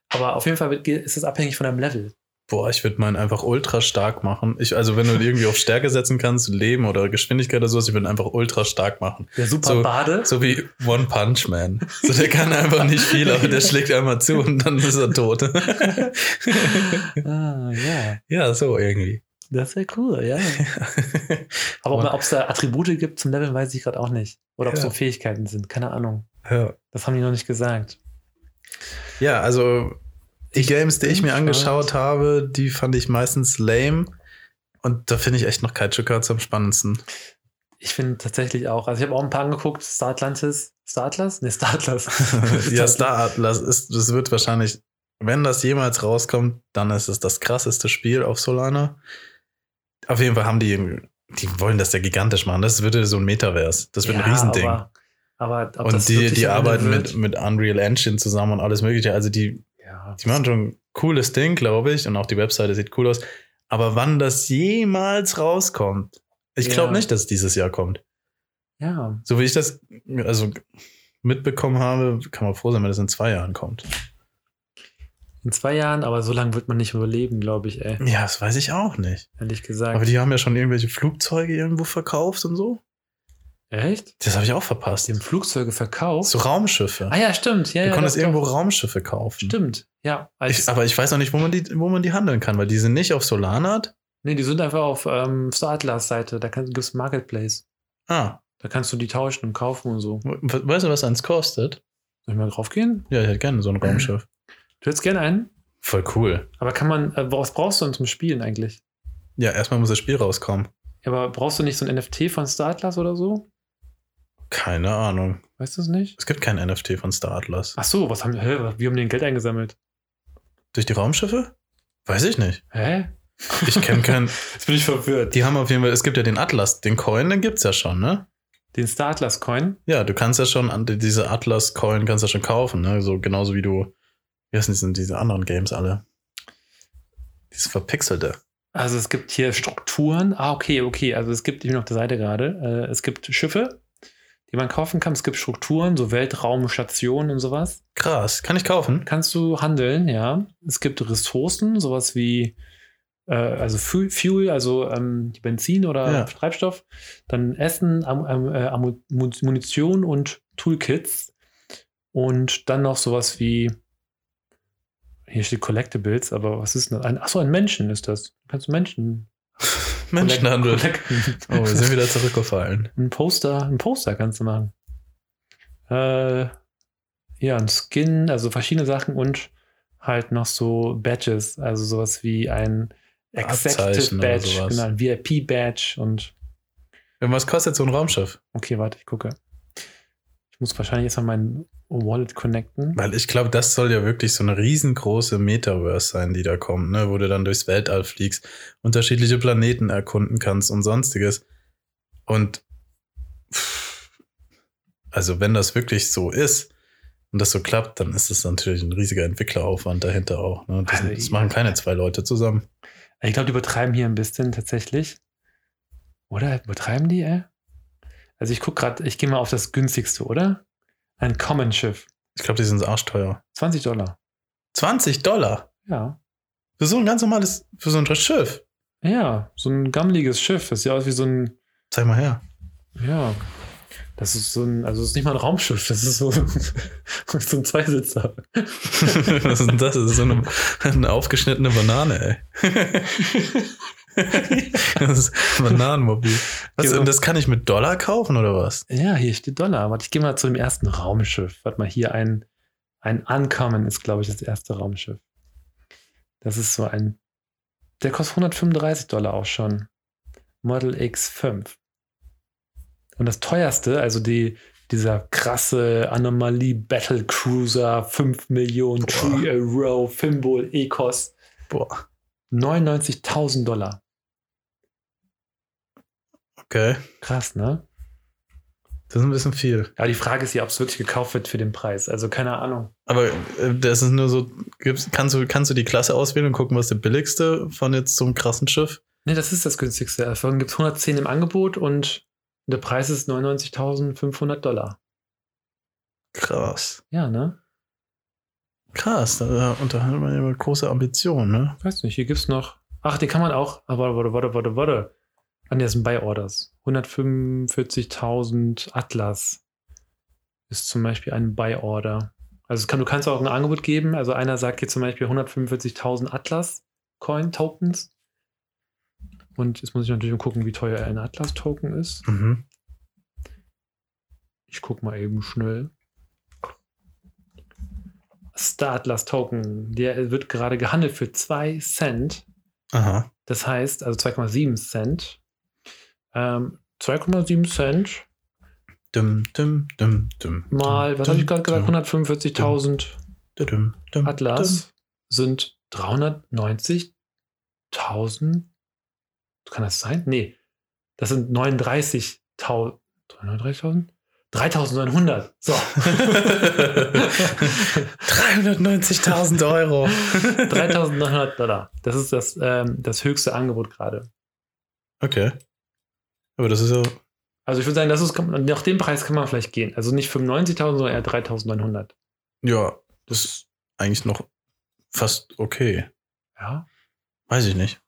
aber auf jeden Fall wird- ist es abhängig von deinem Level. Boah, ich würde meinen einfach ultra stark machen. Ich, also, wenn du die irgendwie auf Stärke setzen kannst, Leben oder Geschwindigkeit oder sowas, ich würde ihn einfach ultra stark machen. Der super So- <laughs> Bade. So wie One Punch Man. So, der kann einfach nicht viel, aber der schlägt einmal zu und dann ist er tot. <laughs> ah, ja. ja, so irgendwie. <laughs> Das wäre cool, ja. Aber ob es da Attribute gibt zum Leveln, weiß ich gerade auch nicht. Oder ob es Ja. so Fähigkeiten sind, keine Ahnung. ja. Das haben die noch nicht gesagt. ja, also, die Games, die ich mir angeschaut habe, die fand ich meistens lame. Und da finde ich echt noch Kaiju Cards am spannendsten. Ich finde tatsächlich auch, also ich habe auch ein paar angeguckt, Star Atlantis, Star Atlas? Ne, Star <laughs> Atlas. ja, Star Atlas ist, das wird wahrscheinlich, wenn das jemals rauskommt, dann ist es das krasseste Spiel auf Solana. Auf jeden Fall haben die, irgendwie- die wollen das ja gigantisch machen. Das würde so ein Metaverse. Das wird ein Ja, Riesending. Aber, aber ob das und die, wirklich die am Ende arbeiten mit, wird- mit Unreal Engine zusammen und alles Mögliche. Also die, ja, die machen schon ein cooles Ding, glaube ich. Und auch die Webseite sieht cool aus. Aber wann das jemals rauskommt, ich Ja. glaube nicht, dass es dieses Jahr kommt. ja, So wie ich das also mitbekommen habe, kann man froh sein, wenn das in zwei Jahren kommt. In zwei Jahren, aber so lange wird man nicht überleben, glaube ich, ey. Ja, das weiß ich auch nicht. Ehrlich gesagt. Aber die haben ja schon irgendwelche Flugzeuge irgendwo verkauft und so. Echt? Das habe ich auch verpasst. Die haben Flugzeuge verkauft? So Raumschiffe. ah ja, stimmt. Ja, du ja, konntest doch, irgendwo doch. Raumschiffe kaufen. Stimmt, ja. Als, Ich, aber ich weiß noch nicht, wo man, die, wo man die handeln kann, weil die sind nicht auf Solanat. nee, die sind einfach auf ähm, Star Atlas Seite. Da gibt es Marketplace. Ah, Da kannst du die tauschen und kaufen und so. Soll we- weißt du, was eins kostet? ich mal drauf gehen? Ja, ich hätte gerne so ein Raumschiff. Du hättest gerne einen, Voll cool. aber kann man, äh, was brauchst du denn zum Spielen eigentlich? Ja, erstmal muss das Spiel rauskommen. Aber brauchst du nicht so ein NFT von Star Atlas oder so? Keine Ahnung. Weißt du es nicht? Es gibt kein NFT von Star Atlas. Ach so, was haben hä, wir haben den Geld eingesammelt? Durch die Raumschiffe? Weiß ich nicht. Hä? Ich <laughs> kenne keinen. Jetzt bin ich verwirrt. Die haben auf jeden Fall, es gibt ja den Atlas, den Coin, den gibt's ja schon, ne? Den Star Atlas Coin? Ja, du kannst ja schon, an- diese Atlas-Coin kannst du ja schon kaufen, ne? So genauso wie du, wie heißen die, sind diese anderen Games alle? Dieses verpixelte. Also es gibt hier Strukturen. Ah, okay, okay. Also es gibt, ich bin auf der Seite gerade, äh, es gibt Schiffe, die man kaufen kann. Es gibt Strukturen, so Weltraumstationen und sowas. Krass, kann ich kaufen? Kannst du handeln, ja. Es gibt Ressourcen, sowas wie äh, also Fu- Fuel, also ähm, Benzin oder Ja. Treibstoff. Dann Essen, Am Am äh, Amu- Mun- Munition und Toolkits. Und dann noch sowas wie hier steht Collectibles, aber was ist denn das? Ein, achso, ein Menschen ist das. Du kannst Menschen Menschenhandel. Collecten. Oh, wir <laughs> sind wieder zurückgefallen. Ein Poster, ein Poster kannst du machen. Äh, ja, ein Skin, also verschiedene Sachen und halt noch so Badges, also sowas wie ein Executive Abzeichen oder Badge, sowas. genau, ein VIP Badge und Und Was kostet so ein Raumschiff? okay, warte, ich gucke. Ich muss wahrscheinlich erstmal mein Wallet connecten. Weil ich glaube, das soll ja wirklich so eine riesengroße Metaverse sein, die da kommt, ne? wo du dann durchs Weltall fliegst, unterschiedliche Planeten erkunden kannst und sonstiges. Und pff, also wenn das wirklich so ist und das so klappt, dann ist das natürlich ein riesiger Entwickleraufwand dahinter auch. Ne? Das, Also, das machen keine zwei Leute zusammen. Ich glaube, die übertreiben hier ein bisschen tatsächlich. Oder übertreiben die, ey? Also ich gucke gerade, ich gehe mal auf das günstigste, oder? Ein Common Schiff. Ich glaube, die sind arschteuer. 20 Dollar. 20 Dollar Ja. für so ein ganz normales, für so ein Schiff. Ja, so ein gammeliges Schiff. Das sieht aus wie so ein, Zeig mal her. ja, das ist so ein, also es ist nicht mal ein Raumschiff, das ist so, <laughs> so ein Zweisitzer. <laughs> Was ist denn das? Das ist so eine, eine aufgeschnittene Banane, ey. das ist ein Bananenmobil. Was, und das kann ich mit Dollar kaufen oder was? Ja, hier steht Dollar. Warte, ich gehe mal zu dem ersten Raumschiff. Warte mal, hier ein, ein Ankommen ist, glaube ich, das erste Raumschiff. Das ist so ein, der kostet 135 Dollar auch schon. Model X5. Und das teuerste, also die, dieser krasse Anomalie Battle Cruiser 5 Millionen Tree a Row Fimbul Ecos, Boah, 99.000 Dollar. okay. Krass, ne? Das ist ein bisschen viel. Ja, die Frage ist ja, ob es wirklich gekauft wird für den Preis. Also keine Ahnung. Aber äh, das ist nur so, gibt's, kannst, du, kannst du die Klasse auswählen und gucken, was der billigste von jetzt so einem krassen Schiff? Nee, Ne, das ist das günstigste. Äh, Davon gibt es 110 im Angebot und der Preis ist 99.500 Dollar. Krass. Ja, ne? Krass, da, und da hat man ja mal große Ambitionen, ne? Weiß nicht, hier gibt es noch. Ach, den kann man auch. Aber warte, warte, warte, warte. Ah, nee, das sind Buy-Orders. 145.000 Atlas ist zum Beispiel ein Buy-Order. Also es kann, du kannst auch ein Angebot geben. Also einer sagt hier zum Beispiel 145.000 Atlas-Coin-Tokens. Und jetzt muss ich natürlich mal gucken, wie teuer ein Atlas-Token ist. Mhm. Ich guck mal eben schnell. Star Atlas Token, der wird gerade gehandelt für 2 Cent. Aha. Das heißt, also 2,7 Cent. Ähm, 2,7 Cent Düm, düm, düm, düm. mal, was habe ich gerade gesagt, 145.000 100 <laughs> Atlas <laughs> sind 390.000. Kann das sein? Nee, das sind 39.000. 39.000? 3.900. So. <laughs> 390.000 Euro. 3.900 Dollar. Das ist das, ähm, das höchste Angebot gerade. <laughs> Okay. Aber das ist ja. Also ich würde sagen, das ist, kann man- nach dem Preis kann man vielleicht gehen. Also nicht 95.000, sondern eher 3.900. Ja, das ist eigentlich noch fast okay. Ja. Weiß ich nicht.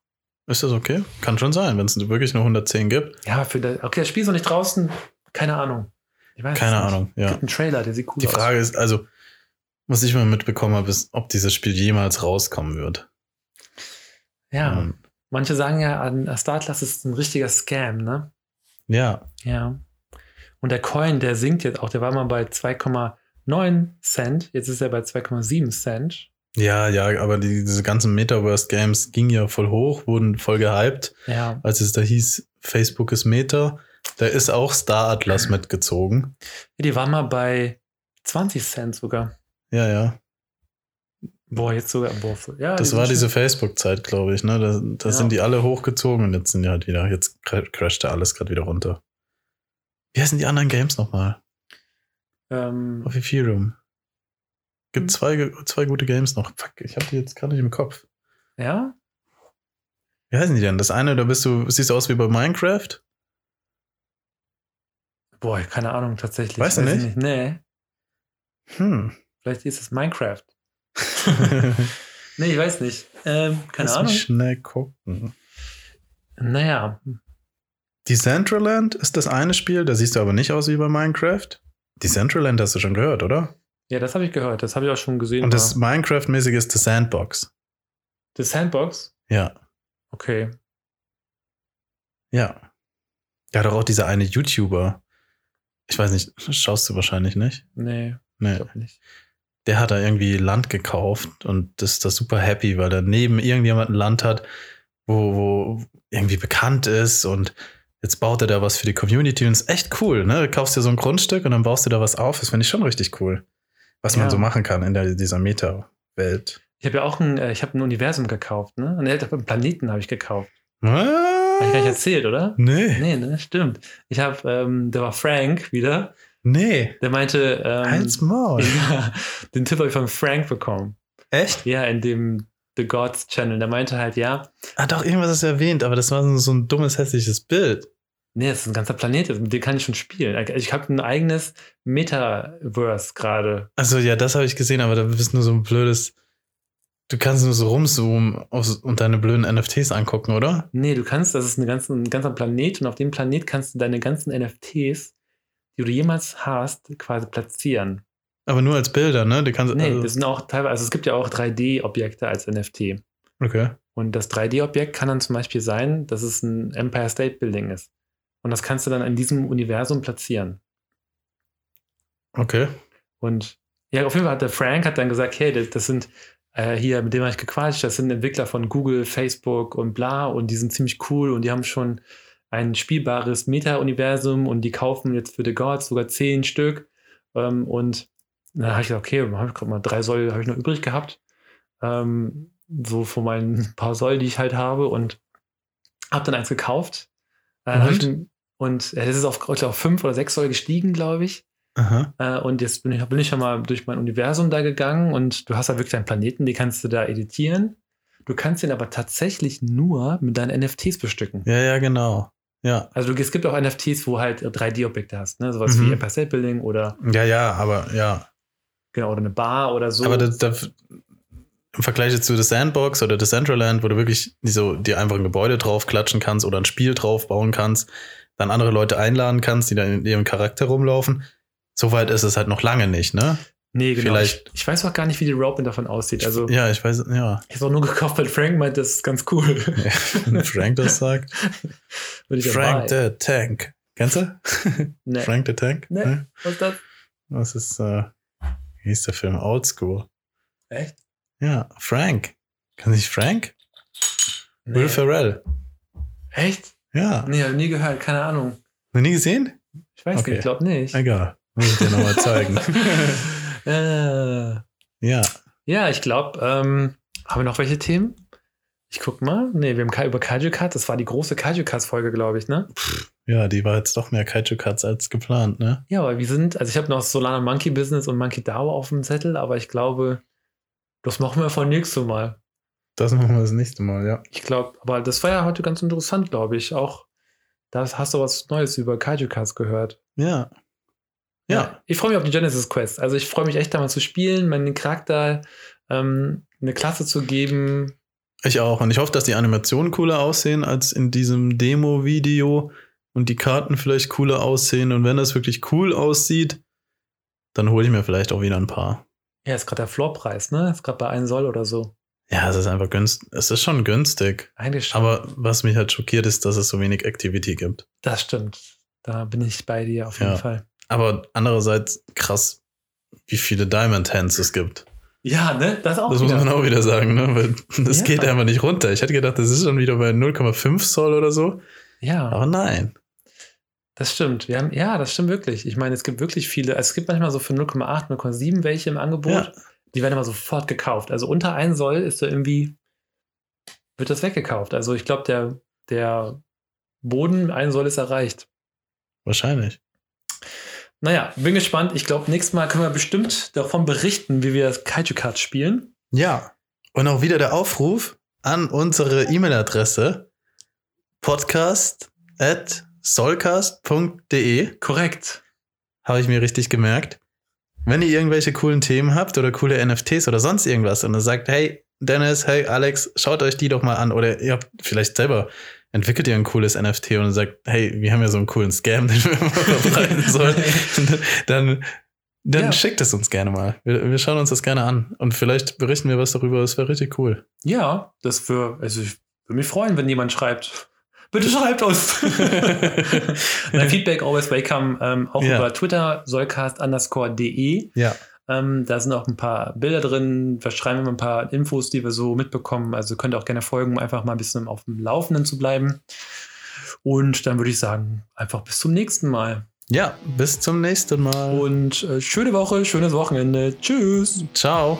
Ist das okay? Kann schon sein, wenn es wirklich nur 110 gibt. Ja, für das, okay, das Spiel ist noch nicht draußen. Keine Ahnung. Ich weiß es Keine nicht. Ahnung, Es ja. gibt einen Trailer, der sieht cool Die aus. Frage ist also, was ich mal mitbekommen habe, ist, ob dieses Spiel jemals rauskommen wird. Ja. Ähm, Manche sagen ja, an Star Atlas ist ein richtiger Scam, ne? ja. Ja. Und der Coin, der sinkt jetzt auch. Der war mal bei 2,9 Cent. Jetzt ist er bei 2,7 Cent. Ja, ja, aber die, diese ganzen Metaverse-Games gingen ja voll hoch, wurden voll gehypt, Ja. als es da hieß, Facebook ist Meta. Da ist auch Star Atlas mitgezogen. Die waren mal bei 20 Cent sogar. Ja, ja. Boah, jetzt sogar. Boah, voll- ja, Das Ah, die war sind diese Facebook-Zeit, glaube ich. Ne? Da, da Ja. sind die alle hochgezogen und jetzt sind die halt wieder, jetzt cra- crasht da alles gerade wieder runter. Wie heißen die anderen Games nochmal? schon- Ähm, Auf Ethereum. Gibt Hm. zwei, ge- zwei gute Games noch. Fuck, ich habe die jetzt gar nicht im Kopf. ja? Wie heißen die denn? Das eine, da bist du, siehst du aus wie bei Minecraft. Boah, keine Ahnung, tatsächlich. Weißt du Weiß ich nicht? Nee. <laughs> Hm. Vielleicht ist es Minecraft. Nee, ich weiß nicht. Ähm, keine Lass Ahnung. mich schnell gucken. Naja, Decentraland ist das eine Spiel, da siehst du aber nicht aus wie bei Minecraft. Decentraland hast du schon gehört, oder? ja, das habe ich gehört. Das habe ich auch schon gesehen. Und das mal. Minecraft-mäßige ist The Sandbox. The Sandbox? Ja. Okay. Ja. Ja, doch auch dieser eine YouTuber. Ich weiß nicht, schaust du wahrscheinlich nicht. Nee, ich Nee. glaube nicht. Der hat da irgendwie Land gekauft und ist da super happy, weil er neben irgendjemand ein Land hat, wo, wo irgendwie bekannt ist und jetzt baut er da was für die Community und ist echt cool, ne? Du kaufst dir so ein Grundstück und dann baust du da was auf. Das finde ich schon richtig cool, was Ja. man so machen kann in der, dieser Meta-Welt. Ich habe ja auch ein, äh, ich habe ein Universum gekauft, ne? Nee, einen Planeten habe ich gekauft. Habe ich gar nicht Was? erzählt, oder? Nee, Nee, ne, stimmt. Ich habe, ähm, da war Frank wieder, nee. der meinte, ähm, Halt's Maul. <laughs> ja, den Tipp habe ich von Frank bekommen. Echt? Ja, in dem The Gods Channel. Der meinte halt, ja, Ah, doch, irgendwas ist erwähnt, aber das war so- so ein dummes, hässliches Bild. nee, das ist ein ganzer Planet, mit dem kann ich schon spielen. Ich habe ein eigenes Metaverse gerade. Also ja, das habe ich gesehen, aber da bist nur so ein blödes. Du kannst nur so rumzoomen auf, und deine blöden NFTs angucken, oder? Nee, du kannst, das ist ein ganzer, ein ganzer Planet und auf dem Planet kannst du deine ganzen NFTs, die du jemals hast, quasi platzieren. Aber nur als Bilder, ne? Du kannst. Nee, also, das sind auch teilweise, also es gibt ja auch 3D-Objekte als NFT. okay. Und das 3D-Objekt kann dann zum Beispiel sein, dass es ein Empire State Building ist. Und das kannst du dann in diesem Universum platzieren. Okay. Und ja, auf jeden Fall hat der Frank hat dann gesagt, hey, das, das sind äh, hier, mit dem habe ich gequatscht, das sind Entwickler von Google, Facebook und bla und die sind ziemlich cool und die haben schon ein spielbares Meta-Universum und die kaufen jetzt für The Gods sogar zehn Stück. Ähm, und dann habe ich gesagt, okay, habe ich gerade mal drei Soll habe ich noch übrig gehabt. Ähm, so von meinen <laughs> paar Soll, die ich halt habe und habe dann eins gekauft. Äh, dann hab ich Und? den- und äh, das ist auf, ich glaub, auf fünf oder sechs Soll gestiegen, glaube ich. Aha. Äh, und jetzt bin ich, bin ich ja mal durch mein Universum da gegangen und du hast ja wirklich einen Planeten, den kannst du da editieren. Du kannst ihn aber tatsächlich nur mit deinen NFTs bestücken. Ja, ja, genau. Ja. Also du, es gibt auch NFTs, wo halt 3D-Objekte hast, ne? Sowas Mhm. wie Empire State Building oder Ja, ja, aber ja. genau oder eine Bar oder so. Aber das, das, im Vergleich jetzt zu The Sandbox oder The Centraland, wo du wirklich die so dir einfach ein Gebäude drauf klatschen kannst oder ein Spiel drauf bauen kannst, dann andere Leute einladen kannst, die dann in ihrem Charakter rumlaufen. Soweit ist es halt noch lange nicht, ne? nee, genau. vielleicht- Ich, ich weiß auch gar nicht, wie die Rope davon aussieht. Also ich Ja, ich weiß, <laughs> ja. habe es auch nur gekauft, weil Frank meint, das ist ganz cool. <laughs> Wenn Frank das sagt. Bin ich Frank dabei. the Tank. Kennst du? Nee. Frank the Tank? Nee. Ne? Was ist das? Das ist, äh, wie hieß der Film? Old School. Echt? Ja, Frank. Kann ich Frank? Nee. Will Ferrell. Echt? Ja. Nee, hab ich nie gehört, keine Ahnung. Noch nie gesehen? Ich weiß Okay. nicht, ich glaube nicht. Egal. Muss ich dir nochmal <laughs> zeigen. <laughs> äh. ja. Ja, ich glaube, ähm, haben wir noch welche Themen? Ich guck mal. Nee, wir haben ka- über Kaiju Cards. Das war die große Kaiju Cards Folge, glaube ich, ne? Ja, die war jetzt doch mehr Kaiju Cuts als geplant, ne? Ja, aber wir sind, also ich habe noch Solana Monkey Business und Monkey DAO auf dem Zettel, aber ich glaube, das machen wir von nächstem Mal. Das machen wir das nächste Mal, ja. Ich glaube, aber das war ja heute ganz interessant, glaube ich. Auch da hast du was Neues über Kaiju Cards gehört. Ja. Ja. Ich freue mich auf die Genesis Quest. Also ich freue mich echt, da mal zu spielen, meinen Charakter ähm, eine Klasse zu geben. Ich auch. Und ich hoffe, dass die Animationen cooler aussehen als in diesem Demo-Video und die Karten vielleicht cooler aussehen. Und wenn das wirklich cool aussieht, dann hole ich mir vielleicht auch wieder ein paar. Ja, ist gerade der Floorpreis, ne? Ist gerade bei 1 Soll oder so. Ja, es ist einfach günstig. Es ist schon günstig. Eigentlich schon. Aber was mich halt schockiert, ist, dass es so wenig Activity gibt. Das stimmt. Da bin ich bei dir auf jeden Ja. Fall. Aber andererseits krass, wie viele Diamond Hands es gibt. Ja, ne? Das auch. Das muss wieder. man auch wieder sagen, ne? Weil das Ja. geht einfach nicht runter. Ich hätte gedacht, das ist schon wieder bei 0,5 Zoll oder so. ja, Aber nein. das stimmt. Wir haben, ja, das stimmt wirklich. Ich meine, es gibt wirklich viele. Also es gibt manchmal so für 0,8, 0,7 welche im Angebot. Ja. Die werden immer sofort gekauft. Also unter 1 Soll ist da irgendwie, wird das weggekauft. Also ich glaube, der, der Boden 1 Soll ist erreicht. Wahrscheinlich. Naja, bin gespannt. Ich glaube, nächstes Mal können wir bestimmt davon berichten, wie wir das Kaiju Card spielen. Ja. Und auch wieder der Aufruf an unsere E-Mail-Adresse podcast at solcast.de. Korrekt. Habe ich mir richtig gemerkt. Wenn ihr irgendwelche coolen Themen habt oder coole NFTs oder sonst irgendwas und ihr sagt, hey Dennis, hey Alex, schaut euch die doch mal an. Oder ihr habt vielleicht selber entwickelt ihr ein cooles NFT und sagt, hey, wir haben ja so einen coolen Scam, <laughs> den wir mal verbreiten sollen. dann dann Ja. schickt es uns gerne mal. Wir, wir schauen uns das gerne an. Und vielleicht berichten wir was darüber. Das wäre richtig cool. Ja, das wäre, also ich würde mich freuen, wenn jemand schreibt. <laughs> Bitte schreibt <laughs> uns. Na, Feedback always welcome. Ähm, auch Ja. über Twitter, solcast underscore de. Ja. Ähm, da sind auch ein paar Bilder drin. Da schreiben wir ein paar Infos, die wir so mitbekommen. Also könnt ihr auch gerne folgen, um einfach mal ein bisschen auf dem Laufenden zu bleiben. Und dann würde ich sagen, einfach bis zum nächsten Mal. Ja, bis zum nächsten Mal. Und äh, schöne Woche, schönes Wochenende. Tschüss. Ciao.